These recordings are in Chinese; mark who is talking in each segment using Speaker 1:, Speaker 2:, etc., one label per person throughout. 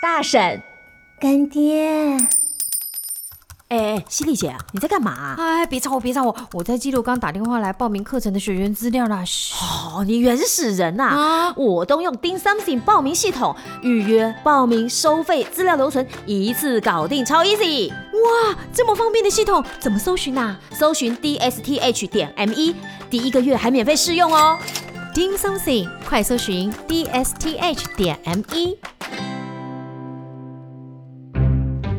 Speaker 1: 大婶，
Speaker 2: 干爹，
Speaker 1: 哎，犀利姐啊，你在干嘛？
Speaker 3: 哎，别吵我，别吵我，我在记录刚打电话来报名课程的学员资料啦。嘘
Speaker 1: 哦，你原始人呐、
Speaker 3: 啊，
Speaker 1: 我都用 Ding Something 报名系统预约、报名、收费、资料留存，一次搞定，超 easy。
Speaker 3: 这么方便的系统怎么搜寻啊
Speaker 1: 搜寻 dsth 点 me，第一个月还免费试用哦。
Speaker 3: ？Ding something，快搜寻 dsth 点 E me。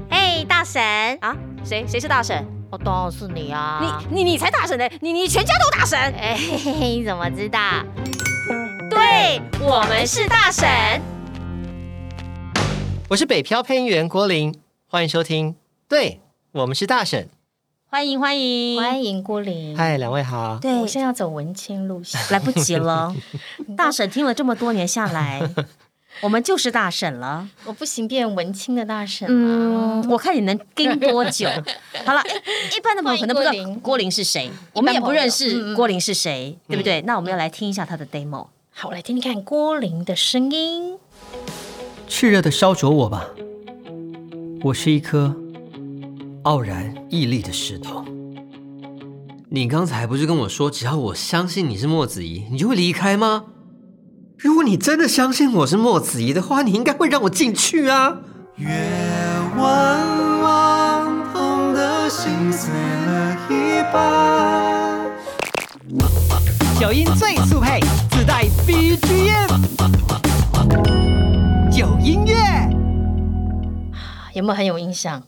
Speaker 1: 嘿，大婶啊，谁谁是大婶？
Speaker 3: 哦，当然是你啊
Speaker 1: 你你你才大婶呢、你你全家都大婶。
Speaker 3: 哎 嘿嘿嘿，你怎么知道？
Speaker 1: 对，我们是大婶。
Speaker 4: 我是北漂配音员郭林，欢迎收听。对我们是大婶，
Speaker 1: 欢迎欢迎
Speaker 2: 欢迎郭林。
Speaker 4: 嗨，两位好。
Speaker 1: 对
Speaker 2: 我现在要走文青路线，
Speaker 1: 来不及了。大婶听了这么多年下来，我们就是大婶了。
Speaker 2: 我不行变文青的大婶。啊
Speaker 1: 嗯，我看你能盯多 久。好了，一一般的朋友可能不知
Speaker 2: 欢迎郭
Speaker 1: 道
Speaker 2: 林
Speaker 1: 郭林是谁，我
Speaker 2: 一般
Speaker 1: 们
Speaker 2: 朋友嗯
Speaker 1: 也不认识郭林是谁，对不对？那我们要来听一下他的 demo。
Speaker 2: 好，我来听听看郭林的声音。
Speaker 5: 炽热的烧灼我吧。我是一颗傲然屹立的石头。你刚才不是跟我说，只要我相信你是莫子怡，你就会离开吗？如果你真的相信我是莫子怡的话，你应该会让我进去啊！
Speaker 6: 月弯弯，痛的心碎了一半。
Speaker 7: 九音最速配，自带 BGM，九音乐。
Speaker 2: 有没有很有印象？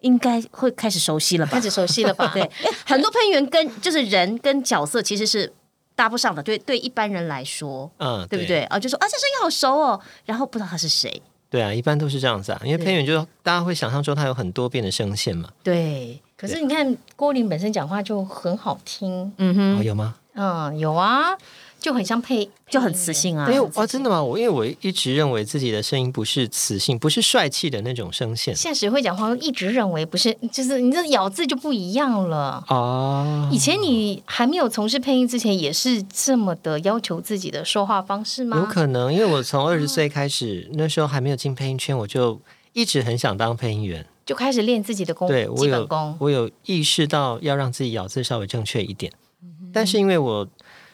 Speaker 1: 应该会开始熟悉了吧？
Speaker 2: 开始熟悉了吧？
Speaker 1: 对，哎很多配音员跟就是人跟角色其实是搭不上的，对对，一般人来说，
Speaker 4: 嗯，
Speaker 1: 对不对？啊，就说啊，这声音好熟哦，然后不知道他是谁，
Speaker 4: 对啊，一般都是这样子啊，因为配音员就大家会想象中他有很多变的声线嘛。
Speaker 1: 对，
Speaker 2: 可是你看郭林本身讲话就很好听，
Speaker 1: 嗯
Speaker 4: 哦，
Speaker 1: 哼，
Speaker 4: 有吗？
Speaker 2: 嗯，有啊，就很像配，嗯
Speaker 1: 就很磁。性啊
Speaker 4: 因。为哦，真的吗？我因为我一直认为自己的声音不是磁性，不是帅气的那种声线
Speaker 2: 现在谁会讲话，一直认为不是，就是你这咬字就不一样了。
Speaker 4: 哦
Speaker 1: 嗯
Speaker 2: 以。前你还没有从事配音之前，也是这么的要求自己的说话方式吗？嗯
Speaker 4: 有可能，因为我从二十岁开始，那时候还没有进配音圈，我就一直很想当配音员。
Speaker 2: 就开始练自己的功，
Speaker 4: 对我
Speaker 2: 基本
Speaker 4: 有
Speaker 2: 功。
Speaker 4: 我有意识到要让自己咬字稍微正确一点，
Speaker 2: 嗯
Speaker 4: 但是因为我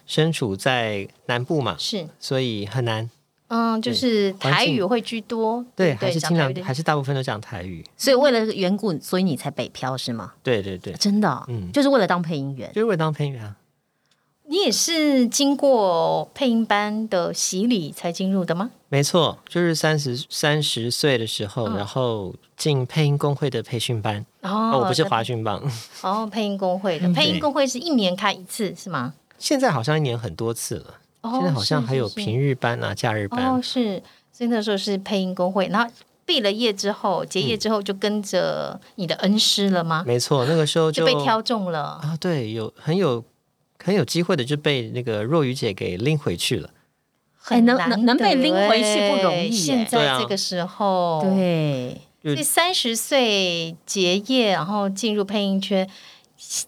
Speaker 4: 身处在南部嘛，
Speaker 2: 是，
Speaker 4: 所以很难。
Speaker 2: 嗯，就是
Speaker 4: 环境
Speaker 2: 台语会居多，
Speaker 4: 对，
Speaker 2: 不对
Speaker 4: 还是
Speaker 2: 讲
Speaker 4: 经
Speaker 2: 台
Speaker 4: 常
Speaker 2: 语的
Speaker 4: 还是大部分都讲台语。
Speaker 1: 所以为了缘故，所以你才北漂是吗？
Speaker 4: 对对对，
Speaker 1: 真的哦，
Speaker 4: 嗯
Speaker 1: 就是为了当配音员。
Speaker 4: 就是为了当配音员啊。
Speaker 2: 你也是经过配音班的洗礼才进入的吗？
Speaker 4: 没错，就是三十三十岁的时候，
Speaker 2: 嗯
Speaker 4: 然后进配音工会的培训班。
Speaker 2: 哦
Speaker 4: 哦，我不是华讯棒，
Speaker 2: 哦，配音工会的配音工会是一年开一次是吗？
Speaker 4: 现在好像一年很多次了。
Speaker 2: 哦
Speaker 4: 现在好像
Speaker 2: 是
Speaker 4: 还有
Speaker 2: 是是
Speaker 4: 平日班啊、假日班。
Speaker 2: 哦，是，所以那时候是配音工会，然后毕了业之后，结业之后就跟着你的恩师了吗？
Speaker 4: 没错，那个时候
Speaker 2: 就被挑中了。
Speaker 4: 啊，对，有很有很有机会的就被那个若雨姐给拎回去了。
Speaker 1: 哎
Speaker 2: 很
Speaker 1: 能
Speaker 2: 难
Speaker 1: 能能被
Speaker 2: 得
Speaker 1: 拎回去不容易
Speaker 2: 哎
Speaker 1: 耶
Speaker 2: 现
Speaker 4: 对
Speaker 2: 在
Speaker 4: 啊
Speaker 2: 这个时候，
Speaker 1: 对，
Speaker 4: 就
Speaker 2: 所以三十岁结业，然后进入配音圈，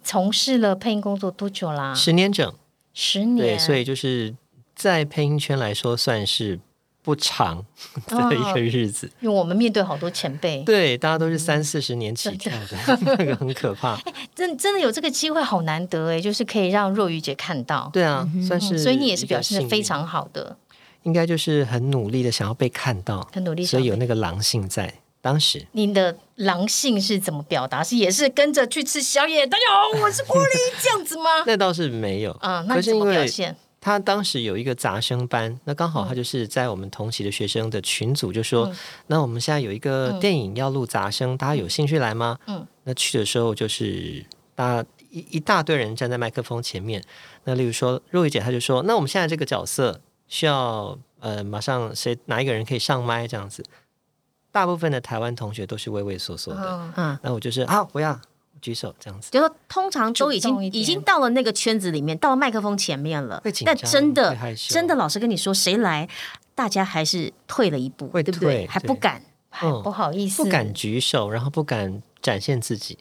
Speaker 2: 从事了配音工作多久啦？
Speaker 4: 十年整，
Speaker 2: 啊十
Speaker 4: 对，
Speaker 2: 年，
Speaker 4: 所以就是在配音圈来说算是不长
Speaker 2: 哦
Speaker 4: 的一个日子。
Speaker 2: 因为我们面对好多前辈，
Speaker 4: 对，大家都
Speaker 2: 嗯
Speaker 4: 是三四十年起跳 的，那个很可怕。
Speaker 2: 真真的有这个机会，好难得哎，就是可以让若雨姐看到，
Speaker 4: 对啊，算是、
Speaker 2: 嗯所以你也是表现的非，常好的，
Speaker 4: 应该就是很努力的想要被看到，
Speaker 2: 很努力
Speaker 4: 所
Speaker 2: 想
Speaker 4: 以有那个狼性在。当时
Speaker 2: 你的狼性是怎么表达？是也是跟着去吃宵夜？大家好，我是郭丽，这样子 吗？
Speaker 4: 那倒是没有
Speaker 2: 啊、那
Speaker 4: 可
Speaker 2: 你
Speaker 4: 是
Speaker 2: 怎
Speaker 4: 因
Speaker 2: 么表
Speaker 4: 为
Speaker 2: 现？
Speaker 4: 他当时有一个杂生班，那刚好
Speaker 2: 嗯
Speaker 4: 他就是在我们同期的学生的群组，就说、那我们现在有一个电影要录杂生，大家有兴趣来吗？
Speaker 2: 嗯，
Speaker 4: 那去的时候就是大家一一大堆人站在麦克风前面，那例如说若雨姐，她就说，那我们现在这个角色需要呃马上谁哪一个人可以上麦这样子，大部分的台湾同学都是畏畏缩缩的，
Speaker 2: 嗯，
Speaker 1: 嗯。
Speaker 4: 那我就是啊我要举手这样子。
Speaker 1: 就说通常都已
Speaker 2: 主动
Speaker 1: 经
Speaker 2: 一点
Speaker 1: 已经到了那个圈子里面，到了麦克风前面了
Speaker 4: 会，紧
Speaker 1: 但
Speaker 4: 张
Speaker 1: 真的
Speaker 4: 会害羞
Speaker 1: 真的，老师跟你说谁来，大家还是退了一步，
Speaker 4: 会
Speaker 1: 对不对？
Speaker 4: 退哦
Speaker 1: 还不敢。
Speaker 4: 嗯
Speaker 2: 哎不好意思，
Speaker 4: 不敢举手，然后不敢展现自己。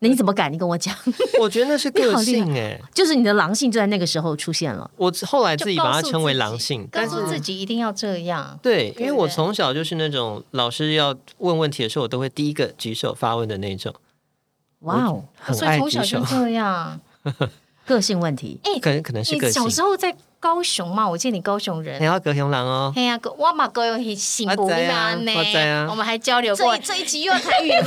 Speaker 1: 那你怎么敢？你跟我讲，
Speaker 4: 我觉得那是个性哎、
Speaker 1: 就是你的狼性就在那个时候出现了。
Speaker 4: 我后来自己把
Speaker 2: 就
Speaker 4: 它
Speaker 2: 告诉
Speaker 4: 称为
Speaker 2: 自己
Speaker 4: 狼性，
Speaker 2: 告
Speaker 4: 但
Speaker 2: 诉
Speaker 4: 是
Speaker 2: 自己一定要这样。
Speaker 4: 对，
Speaker 2: 对
Speaker 4: 因为
Speaker 2: 不
Speaker 4: 我
Speaker 2: 对
Speaker 4: 从小就是那种老师要问问题的时候，我都会第一个举手发问的那种，
Speaker 1: 哇哦，
Speaker 4: 很
Speaker 2: 所以
Speaker 4: 爱
Speaker 2: 从
Speaker 4: 举
Speaker 2: 小
Speaker 4: 手
Speaker 2: 就。这样。
Speaker 1: 个性问题。
Speaker 2: 哎、
Speaker 4: 可能可能是个
Speaker 2: 你小
Speaker 4: 性，
Speaker 2: 时候在高雄嘛？我见你高雄人
Speaker 4: 你。要隔雄狼 哦。
Speaker 2: 哎呀，我嘛高雄是幸福
Speaker 4: 我知
Speaker 2: 啦
Speaker 4: 啊
Speaker 2: 呢
Speaker 4: 我知啊，
Speaker 2: 我们还交流过。
Speaker 1: 这一集又要台语 吗？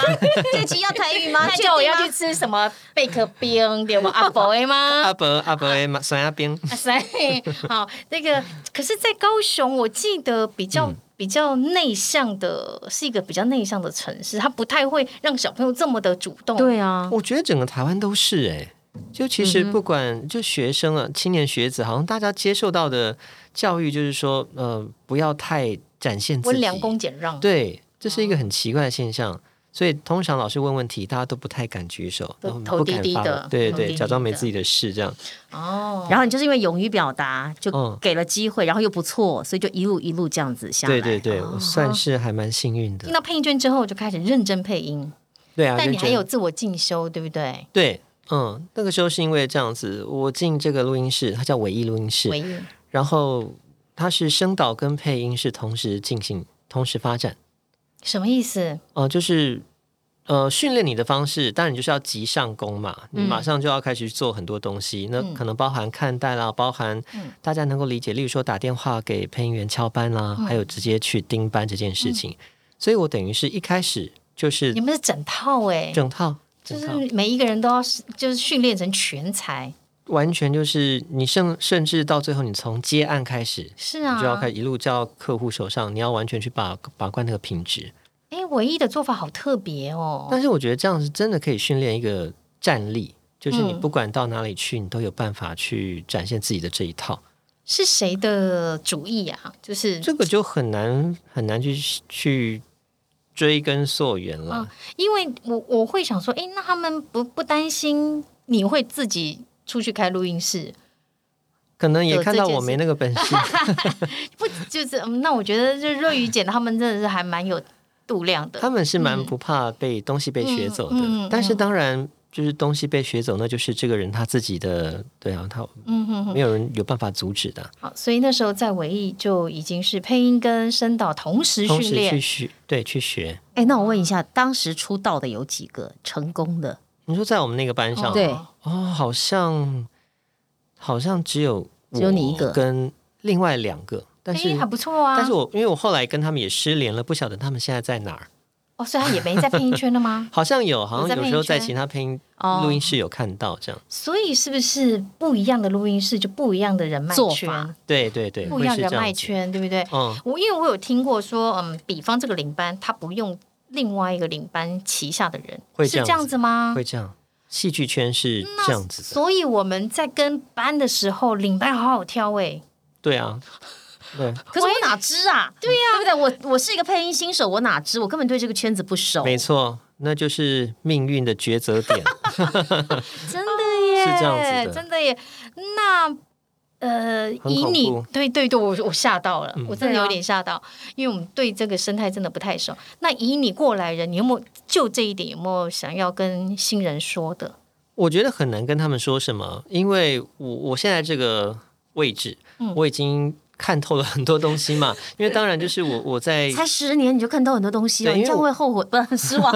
Speaker 1: 这一集要台语吗
Speaker 2: 他叫我要去吃什么贝壳冰，对吗？阿伯的吗
Speaker 4: 阿？伯阿伯的马山阿兵，
Speaker 2: 啊所以好，那个可是，在高雄，我记得比较、
Speaker 4: 嗯
Speaker 2: 比较内向的，是一个比较内向的城市，他不太会让小朋友这么的主动。
Speaker 1: 对啊，
Speaker 4: 我觉得整个台湾都是哎、就其
Speaker 2: 嗯
Speaker 4: 实不管就学生啊、青年学子，好像大家接受到的教育就是说，呃，不要太展现自己。
Speaker 2: 温良恭俭让。
Speaker 4: 对，这是一个很奇怪的现象。所以通常老师问问题，大家都不太敢举手，
Speaker 2: 都
Speaker 4: 然后
Speaker 2: 头
Speaker 4: 不敢
Speaker 2: 低低
Speaker 4: 发
Speaker 2: 的
Speaker 4: 问对
Speaker 2: 头低
Speaker 4: 对，
Speaker 2: 低
Speaker 4: 假装没
Speaker 2: 的
Speaker 4: 自己的事这样。
Speaker 2: 哦，
Speaker 1: 然后你就是因为勇于表达，就
Speaker 4: 嗯
Speaker 1: 给了机会，然后又不错，所以就一路一路这样子下来。
Speaker 4: 对对对，
Speaker 2: 哦
Speaker 4: 我算是还蛮幸运
Speaker 2: 进
Speaker 4: 的。
Speaker 2: 到配音圈之后，我就开始认真配音，
Speaker 4: 对啊，
Speaker 2: 但
Speaker 4: 就
Speaker 2: 你
Speaker 4: 觉
Speaker 2: 还有
Speaker 4: 得
Speaker 2: 自我进修，对不对？
Speaker 4: 对，嗯，那个时候是因为这样子，我进这个录音室，它叫尾翼录音室，
Speaker 2: 唯一
Speaker 4: 然后它是声导跟配音是同时进行、同时发展。
Speaker 2: 什么意思？
Speaker 4: 呃，就是呃，训练你的方式，当然你就是要急上工嘛，你马
Speaker 2: 嗯
Speaker 4: 上就要开始去做很多东西。那可能包含看待啦，包含
Speaker 2: 嗯
Speaker 4: 大家能够理解，例如说打电话给配音员敲班啦，
Speaker 2: 嗯
Speaker 4: 还有直接去盯班这件事情。所以我等于是一开始就是
Speaker 2: 你们是整套哎、
Speaker 4: 整套，
Speaker 2: 就
Speaker 4: 整
Speaker 2: 是
Speaker 4: 套。
Speaker 2: 每一个人都要是就是训练成全才，
Speaker 4: 完全就是你甚甚至到最后，你从接案开始，
Speaker 2: 是啊
Speaker 4: 你就要开始一路交到客户手上，你要完全去把把关那个品质。
Speaker 2: 哎，唯一的做法好特别哦。
Speaker 4: 但是我觉得这样是真的可以训练一个战力，就是
Speaker 2: 嗯
Speaker 4: 你不管到哪里去，你都有办法去展现自己的这一套。
Speaker 2: 是谁的主意啊？就是
Speaker 4: 这个就很难很难去去追根溯源了。
Speaker 2: 因为我我会想说，哎，那他们不不担心你会自己出去开录音室？
Speaker 4: 可能也
Speaker 2: 有
Speaker 4: 看
Speaker 2: 这
Speaker 4: 到
Speaker 2: 件
Speaker 4: 我没
Speaker 2: 事
Speaker 4: 那个 本事，
Speaker 2: 不就是嗯？那我觉得就瑞宇姐他们真的是还蛮有度量的
Speaker 4: 他。们是蛮不怕被东西被学走的。
Speaker 2: 嗯嗯嗯嗯
Speaker 4: 但是当然，就是东西被学走，那就是这个人他自己的，对啊，他
Speaker 2: 嗯哼哼，
Speaker 4: 没有人有办法阻止的。
Speaker 2: 好，所以那时候在维艺就已经是配音跟声导同时
Speaker 4: 同
Speaker 2: 训
Speaker 4: 时去
Speaker 2: 练，
Speaker 4: 学，对，去学。
Speaker 1: 哎，那我问一下，当时出道的有几个成功的？
Speaker 4: 你说在我们那个班上，
Speaker 1: 对，
Speaker 4: 哦，好像好像只有
Speaker 1: 只有你
Speaker 4: 我
Speaker 1: 一个
Speaker 4: 跟另外两个，但是、
Speaker 2: 哎，还不错啊。
Speaker 4: 但是我因为我后来跟他们也失联了，不晓得他们现在在哪儿。？
Speaker 2: 哦，所以他也没在配音圈了吗
Speaker 4: 好像有，好
Speaker 2: 有在
Speaker 4: 像有
Speaker 2: 配
Speaker 4: 时候
Speaker 2: 音
Speaker 4: 在
Speaker 2: 圈哦
Speaker 4: 其他配音
Speaker 1: 哦
Speaker 4: 录音室有看到这样。
Speaker 2: 所以是不是不一样的录音室就不一样的人脉
Speaker 1: 做
Speaker 2: 圈
Speaker 1: 法，
Speaker 4: 对对对，
Speaker 2: 不
Speaker 4: 会
Speaker 2: 一样
Speaker 4: 是这
Speaker 2: 人
Speaker 4: 样
Speaker 2: 脉
Speaker 4: 子。
Speaker 2: 圈，对不对？
Speaker 4: 嗯，
Speaker 2: 我因为我有听过说，嗯，比方这个领班他不用另外一个领班旗下的人，
Speaker 4: 会
Speaker 2: 是
Speaker 4: 这样
Speaker 2: 这样子吗
Speaker 4: 会？这样。戏剧圈是这样子的，
Speaker 2: 所以我们在跟班的时候，领班好好挑哎、
Speaker 4: 对啊，对，
Speaker 1: 可是我哪知啊？对呀、对不对？我我是一个配音新手，我哪知？我根本对这个圈子不熟。
Speaker 4: 没错，那就是命运的抉择点。
Speaker 2: 真的耶，
Speaker 4: 是这样子的
Speaker 2: 真的耶。那呃，
Speaker 4: 很
Speaker 2: 以
Speaker 4: 恐
Speaker 2: 你
Speaker 4: 怖
Speaker 2: 对对对，我我吓到了，我真的
Speaker 1: 对啊
Speaker 2: 有点吓到，因为我们对这个生态真的不太熟。那以你过来人，你有没有就这一点有没有想要跟新人说的？
Speaker 4: 我觉得很难跟他们说什么，因为我我现在这个位置，我已经看透了很多东西嘛。因为当然就是我我在，
Speaker 1: 才
Speaker 4: 因
Speaker 1: 十年你就看到很多东西哦，
Speaker 4: 对因
Speaker 1: 你
Speaker 4: 为
Speaker 1: 这样
Speaker 4: 我
Speaker 1: 会后悔，不很失 望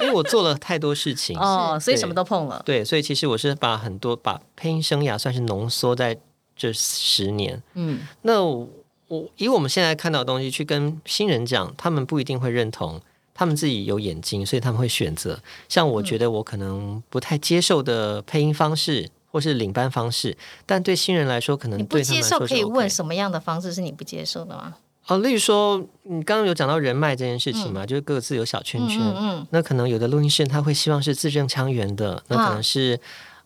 Speaker 4: 为我做了太多事情，
Speaker 1: 哦，所以
Speaker 4: 对
Speaker 1: 什么都碰了。
Speaker 4: 对，所以其实我是把很多把配音生涯算是浓缩在这十年。
Speaker 1: 嗯，
Speaker 4: 那我我以我们现在看到的东西去跟新人讲，他们不一定会认同，他们自己有眼睛，所以他们会选择。像
Speaker 2: 嗯
Speaker 4: 我觉得我可能不太接受的配音方式。或是领班方式，但对新人来说，可
Speaker 2: 你
Speaker 4: 能
Speaker 2: 不
Speaker 4: 对他
Speaker 2: 接
Speaker 4: 们来
Speaker 2: 受
Speaker 4: 说是
Speaker 2: 可以
Speaker 4: OK
Speaker 2: 问什么样的方式是你不接受的吗？
Speaker 4: 哦，例如说，你刚刚有讲到人脉这件事情嘛，就是各自有小圈圈。
Speaker 2: 嗯嗯，
Speaker 4: 那可能有的录音室他会希望是字正腔圆的，那可能是、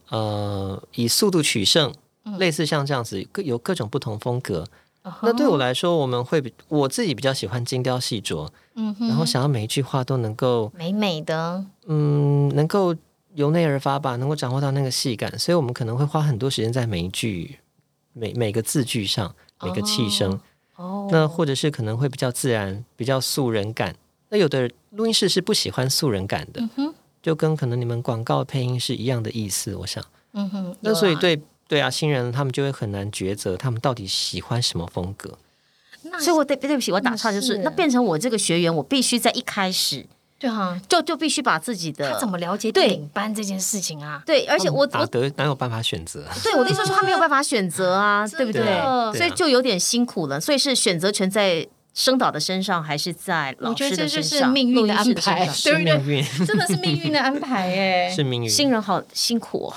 Speaker 4: 呃以速度取胜，类似像这样子，各有各种不同风格。那对我来说，我们会比我自己比较喜欢精雕细琢，
Speaker 2: 嗯哼，
Speaker 4: 然后想要每一句话都能够
Speaker 2: 美美的，
Speaker 4: 嗯能够由内而发吧，能够掌握到那个细感，所以我们可能会花很多时间在每一句每每个字句上，每个气声。
Speaker 2: 哦，
Speaker 4: 那或者是可能会
Speaker 2: 嗯
Speaker 4: 比较自然，比较素人感。那有的录音室是不喜欢素人感的，就跟可能你们广告配音是一样的意思，我想。
Speaker 2: 嗯哼，
Speaker 4: 那
Speaker 2: 有
Speaker 4: 所以
Speaker 2: 啦，
Speaker 4: 对对啊，新人他们就会很难抉择，他们到底喜欢什么风格。
Speaker 2: 那
Speaker 1: 所以我对对不起，我打岔就是，
Speaker 2: 是
Speaker 1: 那变成我这个学员，我必须在一开始
Speaker 2: 对啊，
Speaker 1: 就就必须把自己的
Speaker 2: 他怎么了解
Speaker 1: 对
Speaker 2: 电影班这件事情啊？
Speaker 1: 对，而且我
Speaker 4: 打
Speaker 1: 我
Speaker 4: 得哪有办法选择？
Speaker 1: 对我的意思是说他没有办法选择啊，对不对
Speaker 2: 真的？
Speaker 1: 所以
Speaker 4: 啊
Speaker 1: 就有点辛苦了。所以是选择权在声导的身上，还是在老
Speaker 2: 我觉
Speaker 1: 师
Speaker 2: 得这
Speaker 1: 的
Speaker 2: 就
Speaker 1: 身
Speaker 2: 是
Speaker 1: 上？
Speaker 2: 命运的安
Speaker 1: 录
Speaker 2: 排
Speaker 1: 音师的身，上
Speaker 2: 对不
Speaker 4: 命
Speaker 2: 对？
Speaker 4: 运
Speaker 2: 真的是命运的安排耶。
Speaker 4: 是命运，
Speaker 1: 新人好辛苦哦，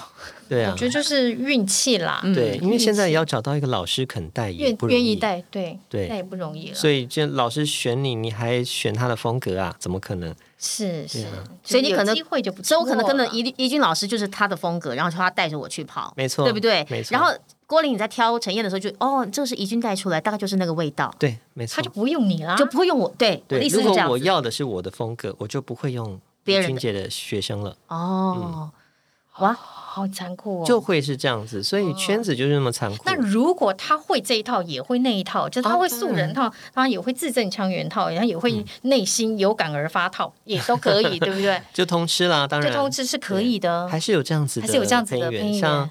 Speaker 4: 对啊
Speaker 2: 我觉，得就是运气啦，
Speaker 4: 嗯对，因为现在要找到一个老师肯带也
Speaker 2: 愿
Speaker 4: 不容
Speaker 2: 愿意
Speaker 4: 易。
Speaker 2: 带，对
Speaker 4: 对
Speaker 2: 那也不容易了。
Speaker 4: 所以，这老师选你，你还选他的风格啊？怎么可能？
Speaker 2: 是是，
Speaker 4: 啊
Speaker 1: 所以你
Speaker 2: 有
Speaker 1: 可能
Speaker 2: 机会就不错
Speaker 1: 所以
Speaker 2: 了，
Speaker 1: 我可能跟了怡怡君老师就是他的风格，然后他带着我去跑，
Speaker 4: 没错
Speaker 1: 对不对？
Speaker 4: 嗯没错
Speaker 1: 然后郭林你在挑陈燕的时候就，哦，这是怡君带出来，大概就是那个味道，
Speaker 4: 对，没错
Speaker 2: 他就。不用你啦，
Speaker 1: 就不会用我对我的
Speaker 4: 啊对，
Speaker 1: 意思
Speaker 4: 如
Speaker 1: 是这
Speaker 4: 果
Speaker 1: 样
Speaker 4: 我
Speaker 1: 子
Speaker 4: 要的是我的风格，我就不会用
Speaker 1: 别
Speaker 4: 别
Speaker 1: 人的
Speaker 4: 人姐的学生了，嗯
Speaker 1: 哦。哇，
Speaker 2: 好残酷哦。
Speaker 4: 就会是这样子。所以圈子就是那么残酷。
Speaker 2: 那如果他会这一套，也会那一套，就是他会素人套，他也会字正腔圆套，然后也
Speaker 4: 嗯
Speaker 2: 会内心有感而发套，也都可 以，对不对？
Speaker 4: 就通吃啦，当
Speaker 2: 就
Speaker 4: 然
Speaker 2: 通知是可以的。
Speaker 4: 还是有这样子的，
Speaker 2: 还是有这样子的配
Speaker 4: 配员，
Speaker 2: 音
Speaker 4: 像
Speaker 2: 员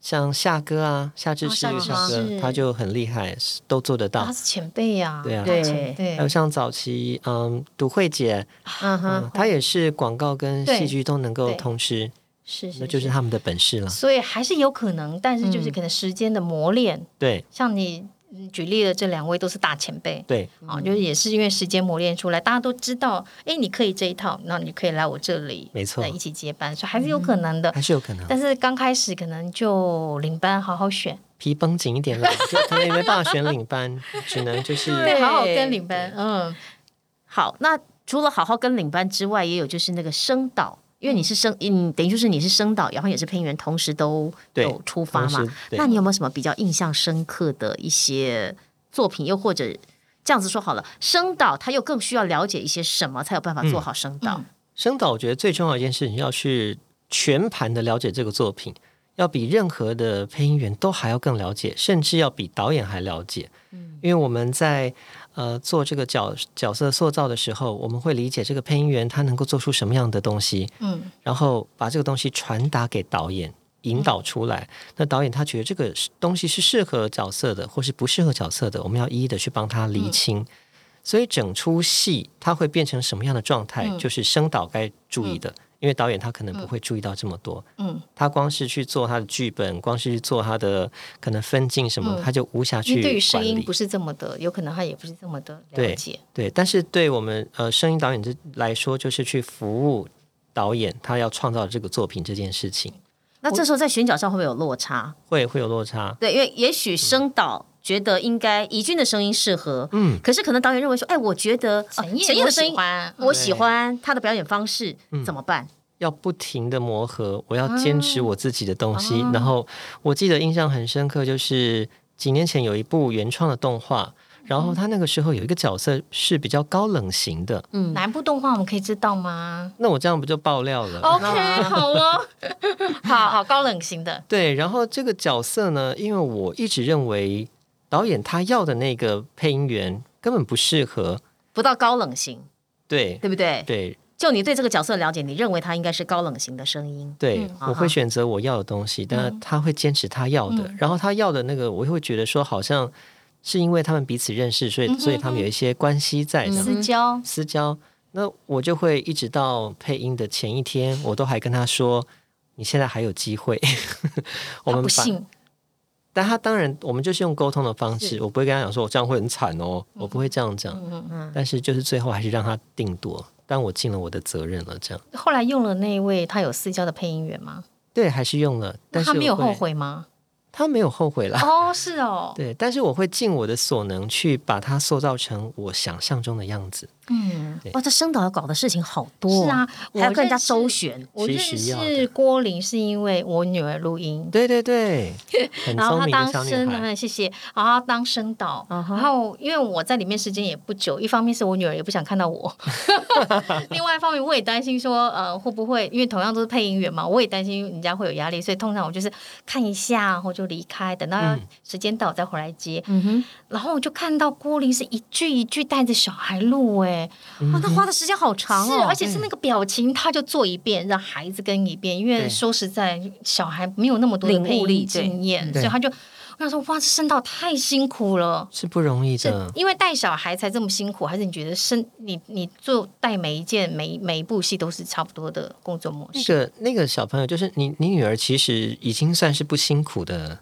Speaker 4: 像夏哥啊，夏
Speaker 2: 哦
Speaker 4: 志
Speaker 2: 夏
Speaker 4: 师、
Speaker 2: 志
Speaker 4: 夏
Speaker 2: 是
Speaker 4: 哥，他就很厉害，是都做得到
Speaker 2: 啊他。是前辈呀，
Speaker 4: 对啊
Speaker 2: 他是前辈
Speaker 4: 还有像早期，嗯，赌慧姐，
Speaker 1: 嗯哼，
Speaker 4: 嗯，她也是广告跟
Speaker 2: 对
Speaker 4: 戏剧都能够
Speaker 2: 对
Speaker 4: 通吃，
Speaker 2: 是是，
Speaker 4: 那就是是他们的本事了。
Speaker 2: 所以还是有可能，但是就是可能时间的磨练，
Speaker 4: 对
Speaker 2: 像你嗯举例的这两位都是大前辈，
Speaker 4: 对，
Speaker 2: 啊，就是
Speaker 4: 嗯
Speaker 2: 也是因为时间磨练出来，大家都知道，哎，你可以这一套，那你可以来我这里，
Speaker 4: 没错嗯
Speaker 2: 来一起接班，所以还是有可能的。
Speaker 4: 还是有可能
Speaker 2: 但是刚开始可能就领班好好选，
Speaker 4: 皮绷紧一点啦，就可能也没办法选领班，只能就是
Speaker 2: 对，好好跟领班，嗯，
Speaker 1: 好，那除了好好跟领班之外，也有就是那个声导，因为你是声，嗯，等于就是你是声导，然后也是配音员，同时都
Speaker 4: 对
Speaker 1: 有出发嘛
Speaker 4: 同时。对
Speaker 1: 那你有没有什么比较印象深刻的一些作品，又或者这样子说好了，声导他又更需要了解一些什么，才有办
Speaker 4: 嗯
Speaker 1: 法做好声导？
Speaker 4: 声导，我觉得最重要的一件事情要去全盘的了解这个作品，要比任何的配音员都还要更了解，甚至要比导演还了解。嗯，因为我们在呃做这个角角色塑造的时候，我们会理解这个配音员他能够做出什么样的东西，
Speaker 2: 嗯，
Speaker 4: 然后把这个东西传达给导演。引导出来，那导演他觉得这个是东西是适合角色的，或是不适合角色的，我们要一一的去帮他厘清。
Speaker 2: 嗯
Speaker 4: 所以整出戏它会变成什么样的状态，
Speaker 2: 嗯
Speaker 4: 就是声导该注意的，因为导演他可能不会注意到这么多。
Speaker 2: 嗯，
Speaker 4: 他光是去做他的剧本，光是去做他的可能分镜什么，
Speaker 2: 嗯
Speaker 4: 他就无暇
Speaker 2: 因
Speaker 4: 去
Speaker 2: 为对于声
Speaker 4: 管
Speaker 2: 音
Speaker 4: 理
Speaker 2: 不。是这么的，有可能他也不是这么的了
Speaker 4: 对
Speaker 2: 解，
Speaker 4: 对，但是对我们呃声音导演这来说，就是去服务导演他要创造这个作品这件事情，
Speaker 1: 那这时候在选角上会不会有落差？
Speaker 4: 会会有落差。
Speaker 1: 对，因为也
Speaker 4: 嗯
Speaker 1: 许声导。觉得应该怡君的声音适合，嗯，可是可能导演认为说，哎，我觉得呃
Speaker 2: 哦陈
Speaker 1: 陈
Speaker 2: 烨
Speaker 1: 燕
Speaker 2: 我
Speaker 1: 的声
Speaker 2: 喜
Speaker 1: 音，
Speaker 2: 欢，
Speaker 1: 我喜欢她的表演方式，
Speaker 4: 嗯
Speaker 1: 怎么办？
Speaker 4: 要不停的磨合，我要坚持
Speaker 2: 啊
Speaker 4: 我自己的东西。然后我记得印象很深刻，就是几年前有一部原创的动画，然后他那个时候有一个角色是比较高冷型的，
Speaker 2: 嗯哪一部动画我们可以知道吗
Speaker 4: 那我这样不就爆料了？
Speaker 2: ？OK，好哦， 好好高冷型的，
Speaker 4: 对，然后这个角色呢，因为我一直认为导演他要的那个配音员根本不适合，
Speaker 1: 不到高冷型，
Speaker 4: 对
Speaker 1: 对不对？
Speaker 4: 对
Speaker 1: 就你对这个角色的了解，你认为他应该是高冷型的声音，
Speaker 4: 对，我
Speaker 1: 啊
Speaker 4: 会选择我要的东西，
Speaker 2: 嗯
Speaker 4: 但他会坚持他要的，然后他要的那个，我会觉得说好像是因为他们彼此认识，
Speaker 2: 嗯
Speaker 4: 所以、所以他们有一些关系在这样
Speaker 2: 私交，
Speaker 4: 私交。那我就会一直到配音的前一天，我都还跟他说：“你现在还有机会。” 我
Speaker 2: 他
Speaker 4: 们
Speaker 2: 不
Speaker 4: 把，
Speaker 2: 信，
Speaker 4: 但他当然，我们就是用沟通的方式，我不会跟他讲说我这样会很惨哦，我
Speaker 2: 嗯
Speaker 4: 不会这样讲。但是就是最后还是让他定夺，但我尽了我的责任了，这样
Speaker 2: 后来用了那一位他有私交的配音员吗？
Speaker 4: 对，还是用了。但
Speaker 2: 那
Speaker 4: 是
Speaker 2: 他没有
Speaker 4: 我会
Speaker 2: 后，悔 吗？
Speaker 4: 他没有后悔啦。
Speaker 2: 哦，是哦，
Speaker 4: 对，但是我会尽我的所能去把它塑造成我想象中的样子。
Speaker 2: 嗯，
Speaker 1: 哇，这声导要搞的事情好多，哦
Speaker 2: 是啊，，我
Speaker 1: 还要跟人家
Speaker 2: 认识
Speaker 1: 周旋，
Speaker 2: 我
Speaker 4: 其
Speaker 2: 认
Speaker 4: 实要
Speaker 2: 识
Speaker 4: 的
Speaker 2: 郭玲是因为我女儿录音，
Speaker 4: 对 对对，很
Speaker 2: 然后
Speaker 4: 聪
Speaker 2: 她
Speaker 4: 明
Speaker 2: 当
Speaker 4: 的小女
Speaker 2: 声，
Speaker 4: 孩。嗯
Speaker 2: 嗯，谢谢，然后她当声导，然后因为我在里面时间也不久，一方面是我女儿也不想看到我， 另外一方面我也担心说，呃，会不会因为同样都是配音员嘛，我也担心人家会有压力，所以通常我就是看一下，我就就离开，等到
Speaker 4: 嗯
Speaker 2: 要时间到再回来接。
Speaker 1: 嗯哼，
Speaker 2: 然后我就看到郭林是一句一句带着小孩录、哎、
Speaker 4: 嗯
Speaker 1: 哇，那花的时间好长
Speaker 2: 是，啊
Speaker 1: 哦，
Speaker 2: 而且是那个表情，他就做一遍，让孩子跟一遍，因为
Speaker 4: 对
Speaker 2: 说实在，小孩没有那么多的
Speaker 1: 领悟
Speaker 2: 配
Speaker 1: 力
Speaker 2: 音
Speaker 1: 对
Speaker 2: 经验，
Speaker 4: 对
Speaker 2: 所以他就我想说，哇，这声道太辛苦了。
Speaker 4: 是不容易
Speaker 2: 是
Speaker 4: 的。
Speaker 2: 因为带小孩才这么辛苦，还是你觉得生你你做带每一件每每一部戏都是差不多的工作模
Speaker 4: 那
Speaker 2: 式？
Speaker 4: 个那个小朋友，就是你，你女儿其实已经算是不辛苦的，嗯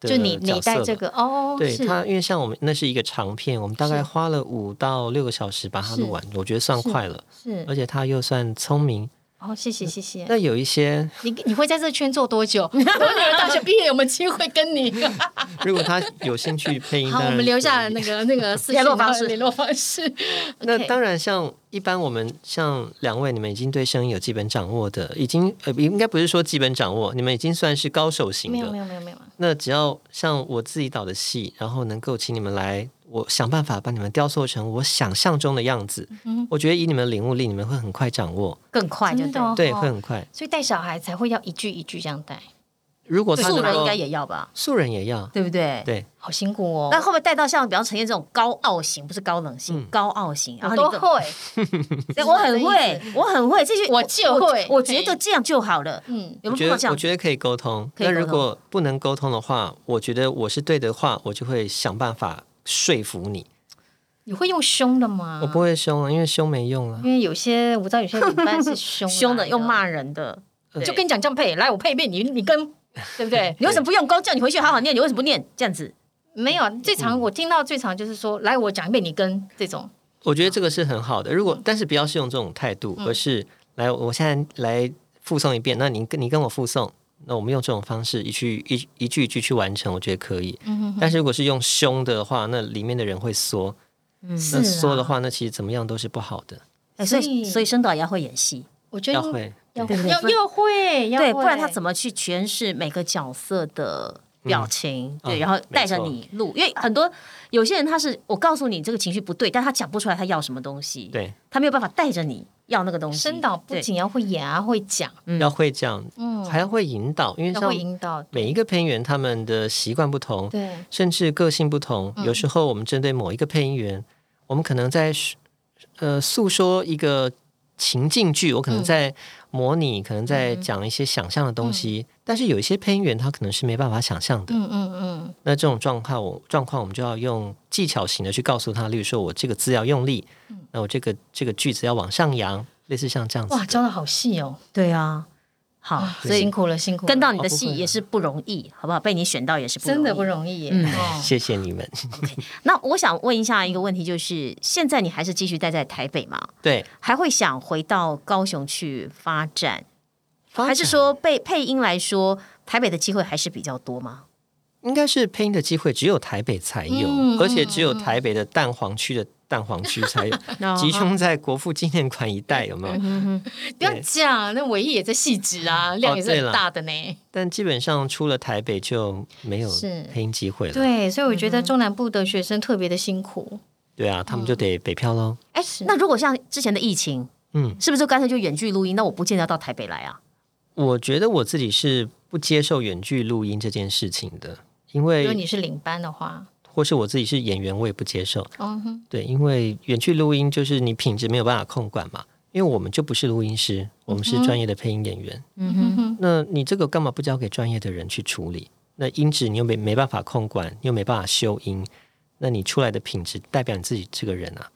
Speaker 4: 的
Speaker 2: 就你你
Speaker 4: 角色
Speaker 2: 带
Speaker 4: 了
Speaker 2: 这个哦，
Speaker 4: 对
Speaker 2: 是
Speaker 4: 他，因为像我们那是一个长片，我们大概花了五到六个小时把它
Speaker 2: 是
Speaker 4: 录完，我觉得算快了，
Speaker 2: 是
Speaker 4: 而且他又算聪明。
Speaker 2: 哦，谢谢谢谢。
Speaker 4: 呃那有一些，
Speaker 2: 你你会在这圈做多久？我 女儿大学毕业有没有机会跟你？
Speaker 4: 如果他有兴趣配音，
Speaker 2: 好，
Speaker 4: 当
Speaker 2: 我
Speaker 4: 然
Speaker 2: 们留下
Speaker 4: 可以
Speaker 2: 那个那个私
Speaker 1: 联络
Speaker 2: 讯
Speaker 1: 方式
Speaker 2: 联络方式。
Speaker 4: 那
Speaker 2: OK
Speaker 4: 当然，像一般我们像两位，你们已经对声音有基本掌握的，已经呃，应该不是说基本掌握，你们已经算是高手型
Speaker 2: 没有没
Speaker 4: 的。
Speaker 2: 有没有没有，
Speaker 4: 那只要像我自己导的戏，然后能够请你们来，我想办法把你们雕塑成我想象中的样子。
Speaker 1: 嗯
Speaker 4: 我觉得以你们的领悟力，你们会很快掌握，
Speaker 1: 更快就
Speaker 2: 真的
Speaker 1: 对
Speaker 2: 哦
Speaker 1: 了，
Speaker 4: 对，
Speaker 2: 哦
Speaker 4: 会很快。
Speaker 2: 所以带小孩才会要一句一句这样带，
Speaker 4: 如果他
Speaker 1: 素人
Speaker 4: 能够
Speaker 1: 应该也要吧，
Speaker 4: 素人也要，
Speaker 1: 对不对？
Speaker 4: 对，
Speaker 2: 好辛苦哦。
Speaker 1: 那会不会带到像比方陈燕这种高傲型，不是高冷型，
Speaker 4: 嗯
Speaker 1: 高傲型，然后
Speaker 2: 我
Speaker 1: 你
Speaker 2: 都
Speaker 1: 更
Speaker 2: 会，
Speaker 1: 对我很会， 我很会，这些
Speaker 2: 我就会
Speaker 1: 我我觉得这样就好了。
Speaker 2: 嗯，
Speaker 1: 有
Speaker 4: 我
Speaker 1: 没
Speaker 4: 觉
Speaker 1: 有碰到这
Speaker 4: 得我
Speaker 1: 样？
Speaker 4: 觉得可以沟通。
Speaker 1: 可以
Speaker 4: 那
Speaker 1: 沟
Speaker 4: 如
Speaker 1: 通
Speaker 4: 果不能沟通的话，我觉得我是对的话，我就会想办法说服你。
Speaker 2: 你会用凶的吗？
Speaker 4: 我不，会凶啊，因为凶没用啊。
Speaker 2: 因为有些我知道有些领班是凶
Speaker 1: 凶
Speaker 2: 的，
Speaker 1: 的又骂，人的，
Speaker 4: 呃
Speaker 2: 就跟你讲这样配，来我配一遍，你 你跟。对不对？
Speaker 1: 你为什么不用功？叫你回去好好念，你为什么不念？这样子，
Speaker 2: 没有，最
Speaker 1: 嗯
Speaker 2: 常我听到最常就是说，来我讲一遍，你跟这种
Speaker 4: 我觉得
Speaker 2: 嗯
Speaker 4: 这个是很好的。如果但是不要是用这种态度，而是来，我现在来附送一遍，那你跟你跟我附送，那我们用这种方式一句一一句一句去完成，我觉得可以。
Speaker 2: 嗯
Speaker 4: 但是如果是用凶的话，那里面的人会缩，
Speaker 1: 嗯
Speaker 2: 是
Speaker 4: 那缩的
Speaker 2: 啊，
Speaker 4: 话，那其实怎么样都是不好的。
Speaker 1: 哎，所以
Speaker 2: 所以
Speaker 1: 所以声导也要会演戏，
Speaker 2: 我觉得
Speaker 4: 要会
Speaker 2: 要
Speaker 1: 对不对
Speaker 2: 要
Speaker 1: 不然
Speaker 2: 要会，要
Speaker 1: 对，
Speaker 2: 会
Speaker 1: 不然他怎么去诠释每个角色的表情？对，
Speaker 4: 嗯
Speaker 1: 然后带着
Speaker 4: 没错
Speaker 1: 你录，因为很多有些人他是我告诉你这个情绪不对，但他讲不出来他要什么东西，，
Speaker 4: 对，
Speaker 1: 他没有办法带着你要那个东西。
Speaker 2: 声导不
Speaker 1: 对
Speaker 2: 仅要会演啊，会讲，
Speaker 4: 要会这样，
Speaker 2: 嗯，
Speaker 4: 还要会引导，因为
Speaker 2: 要
Speaker 4: 像
Speaker 2: 会引导，
Speaker 4: 每一个配音员他们的习惯不同，
Speaker 2: 对，
Speaker 4: 甚至个性不同，
Speaker 2: 嗯
Speaker 4: 有时候我们针对某一个配音员，我们可能在呃诉说一个情境剧，我可能
Speaker 2: 嗯
Speaker 4: 在模拟，可能在讲一些想象的东西，但是有一些配音员他可能是没办法想象的。
Speaker 2: 嗯嗯嗯，
Speaker 4: 那这种状况，我状况我们就要用技巧型的去告诉他，例如说我这个字要用力，
Speaker 2: 嗯
Speaker 4: 那我这个这个句子要往上扬，类似像这样子的。
Speaker 2: 哇，教的好细哦，
Speaker 1: 对啊，好，所
Speaker 2: 辛
Speaker 1: 以
Speaker 2: 苦了，辛苦了，
Speaker 1: 跟到你的
Speaker 4: 哦不会
Speaker 1: 戏
Speaker 4: 啊
Speaker 1: 也是不容易，好不好？被你选到也是不容易
Speaker 2: 真的不容易耶，
Speaker 1: 嗯
Speaker 2: 哦
Speaker 4: 谢谢你们。
Speaker 1: 那我想问一下一个问题，就是现在你还是继续待在台北吗？
Speaker 4: 对，
Speaker 1: 还会想回到高雄去发展，
Speaker 4: 发
Speaker 1: 还是
Speaker 4: 展
Speaker 1: 说被配音来说，台北的机会还是比较多吗？
Speaker 4: 应该是配音的机会只有台北才有，
Speaker 2: 嗯哦
Speaker 4: 而且只有台北的蛋黄区的蛋黄区 才有，集中在国父纪念馆一带，有没
Speaker 2: 嗯
Speaker 4: 有？
Speaker 2: 不要讲，那伟毅也在细致
Speaker 4: 哦
Speaker 2: 啊，量也是很大的呢。
Speaker 4: 但基本上出了台北就没有
Speaker 2: 是
Speaker 4: 配音机会了。
Speaker 2: 对，所以我觉得中南部的学生特别的辛苦。
Speaker 4: 对啊，他们
Speaker 2: 嗯
Speaker 4: 就得北漂喽。
Speaker 1: 哎，那如果像之前的疫情，
Speaker 4: 嗯，
Speaker 1: 是不是就干脆就远距录音？那我不见得要到台北来啊。
Speaker 4: 我觉得我自己是不接受远距录音这件事情的，因
Speaker 2: 如果你
Speaker 4: 为
Speaker 2: 是领班的话，
Speaker 4: 或是我自己是演员，我也不接受。
Speaker 2: 嗯哼，
Speaker 4: 对，因为远距录音就是你品质没有办法控管嘛，因为我们就不是录音师，我们是专业的配音演员。
Speaker 2: 嗯哼哼，
Speaker 4: 那你这个干嘛不交给专业的人去处理？那音质你又没没办法控管，又没办法修音，那你出来的品质代表你自己这个人啊。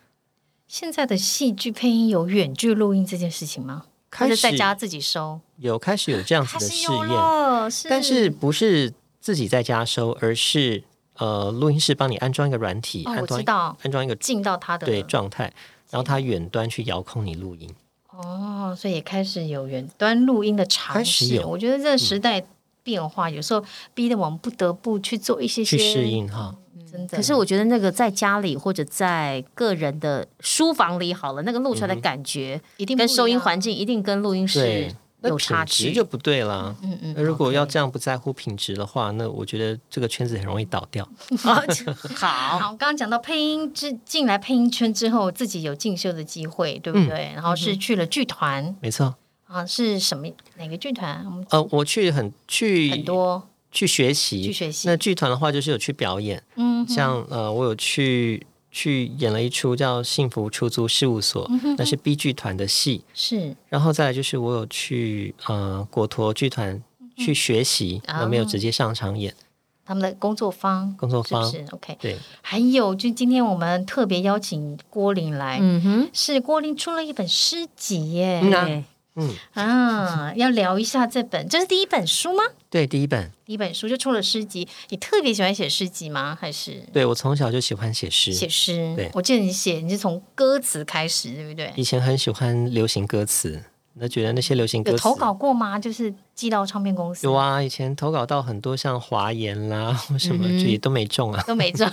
Speaker 2: 现在的戏剧配音有远距录音这件事情吗？还
Speaker 4: 开
Speaker 2: 是
Speaker 4: 始
Speaker 2: 在家自己收？
Speaker 4: 有开始有这样子
Speaker 2: 还
Speaker 4: 的
Speaker 2: 是
Speaker 4: 试
Speaker 2: 有
Speaker 4: 验，
Speaker 2: 了，是哦
Speaker 4: 但是不是自己在家收，而是呃录音室帮你安装一个软体，
Speaker 2: 哦
Speaker 4: 安
Speaker 2: 我
Speaker 4: 装
Speaker 2: 知道
Speaker 4: 安装一个
Speaker 2: 进到他的
Speaker 4: 对状态，然后它远端去遥控你录音。
Speaker 2: 哦，所以也开始有远端录音的尝
Speaker 4: 开始
Speaker 2: 试。
Speaker 4: 有嗯
Speaker 2: 我觉得这个时代变化，有时候逼得我们不得不去做一些
Speaker 4: 去
Speaker 2: 些
Speaker 4: 适，应哈，
Speaker 2: 真的。
Speaker 1: 可是我觉得那个在家里或者在个人的书房里好了，那个录出来的感觉，
Speaker 2: 一定不
Speaker 1: 跟
Speaker 2: 一
Speaker 1: 收音
Speaker 2: 样
Speaker 1: 环境一定跟录音室
Speaker 4: 对，那
Speaker 1: 有
Speaker 4: 品
Speaker 1: 差
Speaker 4: 质
Speaker 1: 距。
Speaker 4: 就不对啦。
Speaker 2: 嗯嗯
Speaker 4: 那如果要这样不在乎品质的话，那我觉得这个圈子很容易倒掉。
Speaker 1: 啊这好，
Speaker 2: 好，我刚刚讲到配音之进来配音圈之后，自己有进修的机会，对不
Speaker 4: 嗯
Speaker 2: 对？然后是去了剧团
Speaker 4: 没错，
Speaker 2: 啊，是什么哪个剧团？我们
Speaker 4: 呃，我去很去
Speaker 2: 很多
Speaker 4: 去学习，
Speaker 2: 去学习
Speaker 4: 那剧团的话，就是有去表演，
Speaker 2: 嗯哼，
Speaker 4: 像呃，我有去去演了一出叫《幸福出租事务所》，
Speaker 2: 嗯
Speaker 4: 那是 B 剧团的戏。
Speaker 2: 是
Speaker 4: 然后再来就是我有去呃国陀剧团去学习，
Speaker 2: 嗯啊
Speaker 4: 那、没有直接上场演
Speaker 2: 他们的工作方，
Speaker 4: 工作方。
Speaker 2: 是不是？OK。
Speaker 4: 对，
Speaker 2: 还有，就今天我们特别邀请郭林来，
Speaker 1: 嗯哼，
Speaker 2: 是郭林出了一本诗集耶，
Speaker 4: 嗯啊
Speaker 1: 对，
Speaker 4: 嗯，
Speaker 2: 啊，要聊一下这本，这是第一本书吗？
Speaker 4: 对，第一本，
Speaker 2: 第一本书就出了诗集，你特别喜欢写诗集吗？还是
Speaker 4: 对我从小就喜欢写诗，
Speaker 2: 写诗？
Speaker 4: 对嗯
Speaker 2: 我记得你写，你是从歌词开始，对不对？
Speaker 4: 以前很喜欢流行歌词，那觉得那些流行歌
Speaker 2: 有
Speaker 4: 词
Speaker 2: 投稿过吗？就是寄到唱片公司，
Speaker 4: 有啊，以前投稿到很多像华研啦 或什
Speaker 2: 嗯
Speaker 4: 么，这也都没中啊。
Speaker 2: 都没 中。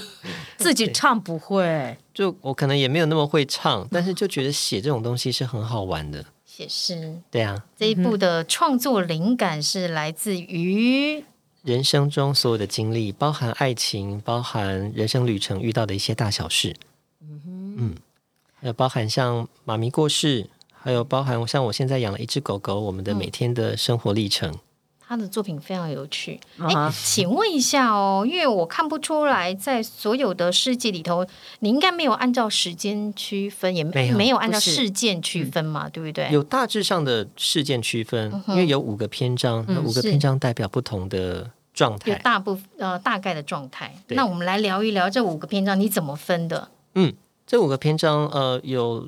Speaker 1: 自己唱不会，
Speaker 4: 就我可能也没有那么会唱，但是就觉得写这种东西是很好玩的。
Speaker 2: 写诗
Speaker 4: 对啊，
Speaker 2: 这一部的创作灵感是来自于
Speaker 4: 人生中所有的经历，包含爱情，包含人生旅程遇到的一些大小事，嗯还有包含像妈咪过世，还有包含像我现在养了一只狗狗，我
Speaker 2: 嗯
Speaker 4: 们的每天的生活历程。
Speaker 2: 他的作品非常有趣。哎、
Speaker 1: 啊
Speaker 2: 请问一下哦，因为我看不出来，在所有的世界里头，你应该没有按照时间区分，也
Speaker 4: 没有嗯
Speaker 2: 按照
Speaker 1: 不是
Speaker 2: 事件区分嘛，对不对？嗯
Speaker 4: 有大致上的事件区分，因为有五个篇章，那五个
Speaker 2: 是
Speaker 4: 篇章代表不同的状
Speaker 2: 有
Speaker 4: 态。
Speaker 2: 大部分呃大概的状态。
Speaker 4: 对
Speaker 2: 那我们来聊一聊这五个篇章，你怎么分的？
Speaker 4: 这五个篇章，呃，有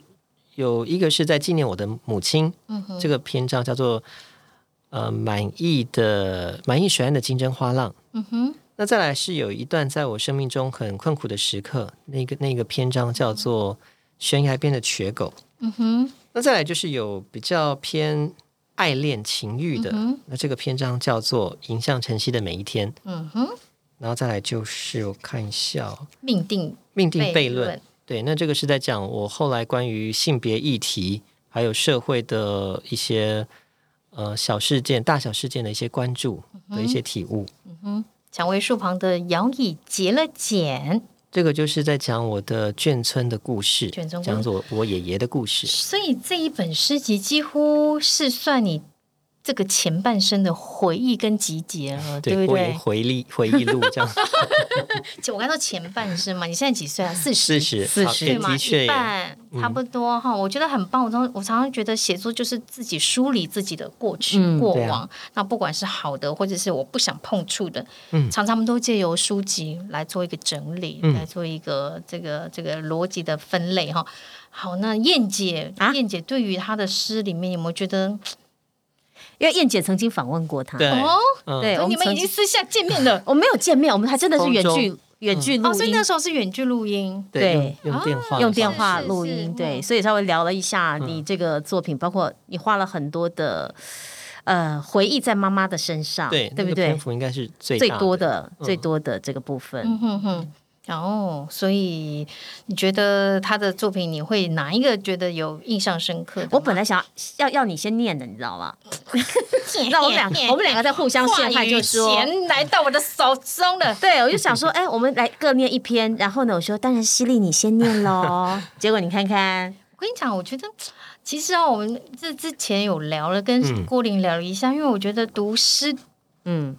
Speaker 4: 有一个是在纪念我的母亲，
Speaker 2: 嗯
Speaker 4: 这个篇章叫做呃满意的满意水岸的金针花浪。
Speaker 2: 嗯哼，
Speaker 4: 那再来是有一段在我生命中很困苦的时刻，那个那个篇章叫做悬崖边的瘸狗。
Speaker 2: 嗯哼，
Speaker 4: 那再来就是有比较偏爱恋情欲的，
Speaker 2: 嗯
Speaker 4: 那这个篇章叫做迎向晨曦的每一天。
Speaker 2: 嗯哼，
Speaker 4: 然后再来就是我看一下、哦、
Speaker 2: 命定
Speaker 4: 命定
Speaker 2: 悖
Speaker 4: 悖论，，对，那这个是在讲我后来关于性别议题，还有社会的一些呃小事件、大小事件的一些关注的一些体悟。
Speaker 2: 蔷薇树旁的摇椅结了茧，
Speaker 4: 这个就是在讲我的眷村的故事，
Speaker 2: 眷村故事
Speaker 4: 讲我我爷爷的故事。
Speaker 2: 所以这一本诗集几乎是算你这个前半生的回忆跟集结了，对不
Speaker 4: 过年
Speaker 2: 对？
Speaker 4: 回忆回忆录这样，
Speaker 2: 就我刚说前半生嘛，你现在几岁啊？四
Speaker 4: 四
Speaker 2: 十。
Speaker 4: 十
Speaker 1: 40
Speaker 4: 好
Speaker 2: 对
Speaker 4: 也
Speaker 2: 嘛，
Speaker 4: 的确
Speaker 2: 一
Speaker 4: 耶，嗯
Speaker 2: 半差不多哈、我觉得很棒。我常我常常觉得写作就是自己梳理自己的过去、
Speaker 1: 嗯
Speaker 2: 过
Speaker 4: 对啊
Speaker 2: 往、那不管是好的，或者是我不想碰触的，
Speaker 4: 嗯
Speaker 2: 常常我们都借由书籍来做一个整理，
Speaker 4: 嗯
Speaker 2: 来做一个这个这个逻辑的分类哈。好，那燕姐，
Speaker 1: 啊
Speaker 2: 燕姐对于她的诗里面有没有觉得
Speaker 1: 因为燕姐曾经访问过他，
Speaker 4: 对，
Speaker 2: 哦？
Speaker 4: 嗯
Speaker 1: 对，我
Speaker 2: 你
Speaker 1: 们
Speaker 2: 们
Speaker 1: 曾
Speaker 2: 已
Speaker 1: 经
Speaker 2: 经私下见面了
Speaker 1: 我没有见面，我们还真的是远
Speaker 4: 空
Speaker 1: 距远距录
Speaker 2: 哦，所以
Speaker 1: 音
Speaker 2: 那，时候是远距录音，
Speaker 4: 对，
Speaker 1: 对
Speaker 4: 用用电话的时候，
Speaker 1: 用电话
Speaker 2: 是是
Speaker 1: 录
Speaker 2: 是
Speaker 1: 音，
Speaker 2: 嗯
Speaker 1: 对，所以稍微聊了一下
Speaker 4: 嗯
Speaker 1: 你这个作品，包括你花了很多的呃回忆在妈妈的身上，
Speaker 4: 对，那
Speaker 1: 不
Speaker 4: 个
Speaker 1: 对
Speaker 4: 篇？幅应该是最
Speaker 1: 最
Speaker 4: 大
Speaker 1: 多
Speaker 4: 的。嗯
Speaker 1: 的最多的这个部分
Speaker 2: 嗯，哼哼。然后，哦所以你觉得他的作品，你会哪一个觉得有印象深刻的吗？
Speaker 1: 我本来想要要要你先念的，你知道吗？ 那我们 俩我们两个在互相陷害，就说
Speaker 2: 话语权来到我的手中了。
Speaker 1: 对，我就想说，哎，我们来各念一篇，然后呢，我说当然犀利你先念喽。 结果你看看，
Speaker 2: 我跟你讲，我觉得其实啊，我们这之前有聊了，跟郭林聊了一下，因为我觉得读诗
Speaker 1: 嗯，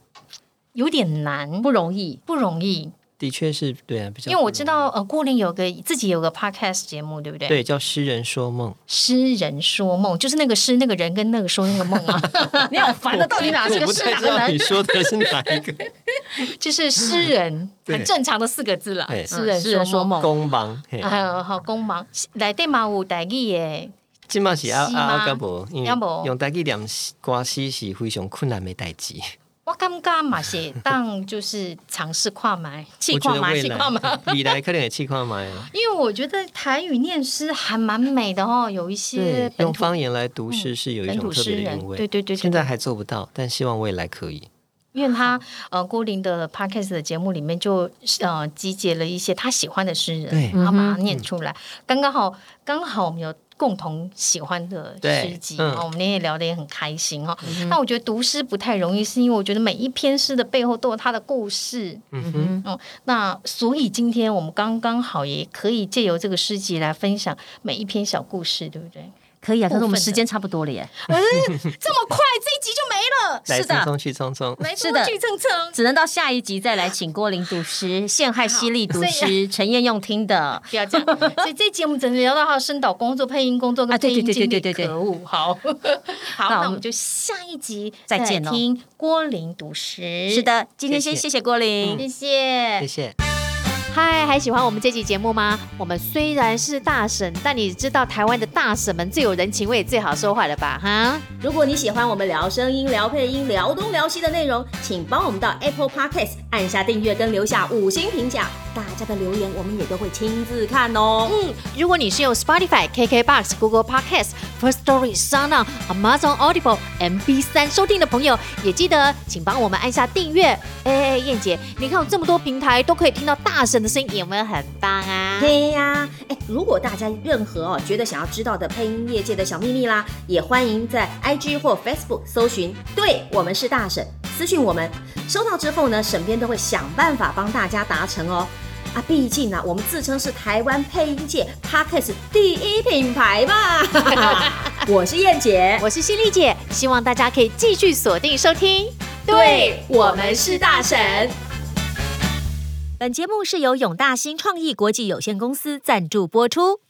Speaker 2: 有点难，
Speaker 1: 不容易，
Speaker 2: 不容易。
Speaker 4: 的确是对啊，比较
Speaker 2: 因为我
Speaker 4: 不
Speaker 2: 知
Speaker 4: 容易
Speaker 2: 道，呃，郭林有个自己有个 podcast 节目，对不对？
Speaker 4: 对叫《诗人说梦》，
Speaker 2: 诗人说梦，就是那个诗，那个人跟那个说那个梦啊。
Speaker 1: 你好烦的，到底哪
Speaker 4: 我
Speaker 1: 这
Speaker 4: 不
Speaker 1: 个是
Speaker 4: 太
Speaker 1: 哪
Speaker 4: 知
Speaker 1: 个
Speaker 4: 道
Speaker 1: 人
Speaker 4: 你？说的是哪一个
Speaker 2: 就是诗 人，很正常的四个字啦。
Speaker 4: 对
Speaker 2: 诗人，
Speaker 1: 嗯诗人说梦
Speaker 4: 公忙。嘿
Speaker 2: 啊，好公忙，来对嘛有台语耶，
Speaker 4: 即嘛是啊
Speaker 2: 是吗
Speaker 4: 啊啊，噶无，因
Speaker 2: 要无
Speaker 4: 为用台语念歌词是非常困难的代志。
Speaker 2: 我感觉嘛是当就是尝试跨 买，
Speaker 1: 气
Speaker 4: 我觉
Speaker 1: 矿
Speaker 4: 得
Speaker 1: 吗？
Speaker 4: 未
Speaker 1: 气矿吗？
Speaker 4: 来 未来可能会试看卖 啊。
Speaker 2: 因为我觉得台语念诗还蛮美的哦，有一些
Speaker 4: 对，
Speaker 2: 本
Speaker 4: 用
Speaker 2: 土嗯
Speaker 4: 方言来读诗是有一
Speaker 2: 本
Speaker 4: 种
Speaker 2: 土
Speaker 4: 特
Speaker 2: 诗
Speaker 4: 别的
Speaker 2: 人
Speaker 4: 韵，味。
Speaker 2: 对对对，
Speaker 4: 现
Speaker 2: 对
Speaker 4: 在还做不到，但希望未来可以。
Speaker 2: 因为他呃郭林的 podcast 的节目里面就呃集结了一些他喜欢的诗人，
Speaker 4: 对嗯
Speaker 2: 然后把它念出来。刚刚好，刚好我们有共同喜欢的
Speaker 4: 对
Speaker 2: 诗集，
Speaker 4: 嗯
Speaker 2: 然后我们那天聊得也很开心哈。那我觉得读诗不太容易，是因为我觉得每一篇诗的背后都有他的故事。哦
Speaker 4: 嗯哼，
Speaker 2: 那所以今天我们刚刚好也可以借由这个诗集来分享每一篇小故事，对不对？
Speaker 1: 可以啊，可是我
Speaker 2: 部分
Speaker 1: 们
Speaker 2: 的
Speaker 1: 时间差不多了耶。
Speaker 2: 这么快，这一集就没
Speaker 8: 的，
Speaker 4: 来
Speaker 8: 是
Speaker 4: 匆
Speaker 8: 的。
Speaker 4: 匆去匆 匆，
Speaker 2: 来
Speaker 8: 是的
Speaker 2: 去蹭蹭，
Speaker 8: 只能到下一集再来请郭林读诗，陷害犀利读
Speaker 1: 啊
Speaker 8: 诗，陈彦用听 的。
Speaker 2: 不要 讲。所以这节我们只能聊到他的声导工作、配音工作
Speaker 8: 啊
Speaker 2: 跟
Speaker 8: 对
Speaker 2: 配音
Speaker 8: 对
Speaker 2: 经
Speaker 8: 对
Speaker 2: 理。
Speaker 8: 对对对
Speaker 2: 可恶！好
Speaker 8: 那我
Speaker 2: 好，那
Speaker 8: 们
Speaker 2: 我们就下一集
Speaker 8: 再
Speaker 2: 来
Speaker 8: 见咯
Speaker 2: 听郭林读诗。
Speaker 8: 是，的，今天先
Speaker 4: 谢谢
Speaker 8: 谢谢郭林，
Speaker 2: 谢谢
Speaker 4: 谢。谢。
Speaker 3: 嗨，还喜欢我们这期节目吗？我们虽然是大婶，但你知道台湾的大婶们最有人情味、最好说话了吧？哈。
Speaker 1: 如果你喜欢我们聊声音、聊配音、聊东聊西的内容，请帮我们到 Apple Podcast 按下订阅跟留下五星评价，大家的留言我们也都会亲自看哦。
Speaker 3: 嗯如果你是用 Spotify、KKBox、Google Podcast、First Story、Sound On、Amazon Audible、MB 三收听的朋友，也记得请帮我们按下订阅。哎哎，燕姐，你看有这么多平台都可以听到大神的声音，有没有很棒啊？
Speaker 1: 嘿呀，哎，如果大家任何哦觉得想要知道的配音业界的小秘密啦，也欢迎在 IG 或 Facebook 搜寻“对我们是大婶”，私讯我们。收到之后呢，沈编都会想办法帮大家达成哦。啊，毕竟呢、我们自称是台湾配音界 Podcast 第一品牌 嘛。我是燕姐，
Speaker 3: 我是犀利姐，希望大家可以继续锁定收听。
Speaker 1: 对我们是大婶。
Speaker 3: 本节目是由永大新创意国际有限公司赞助播出。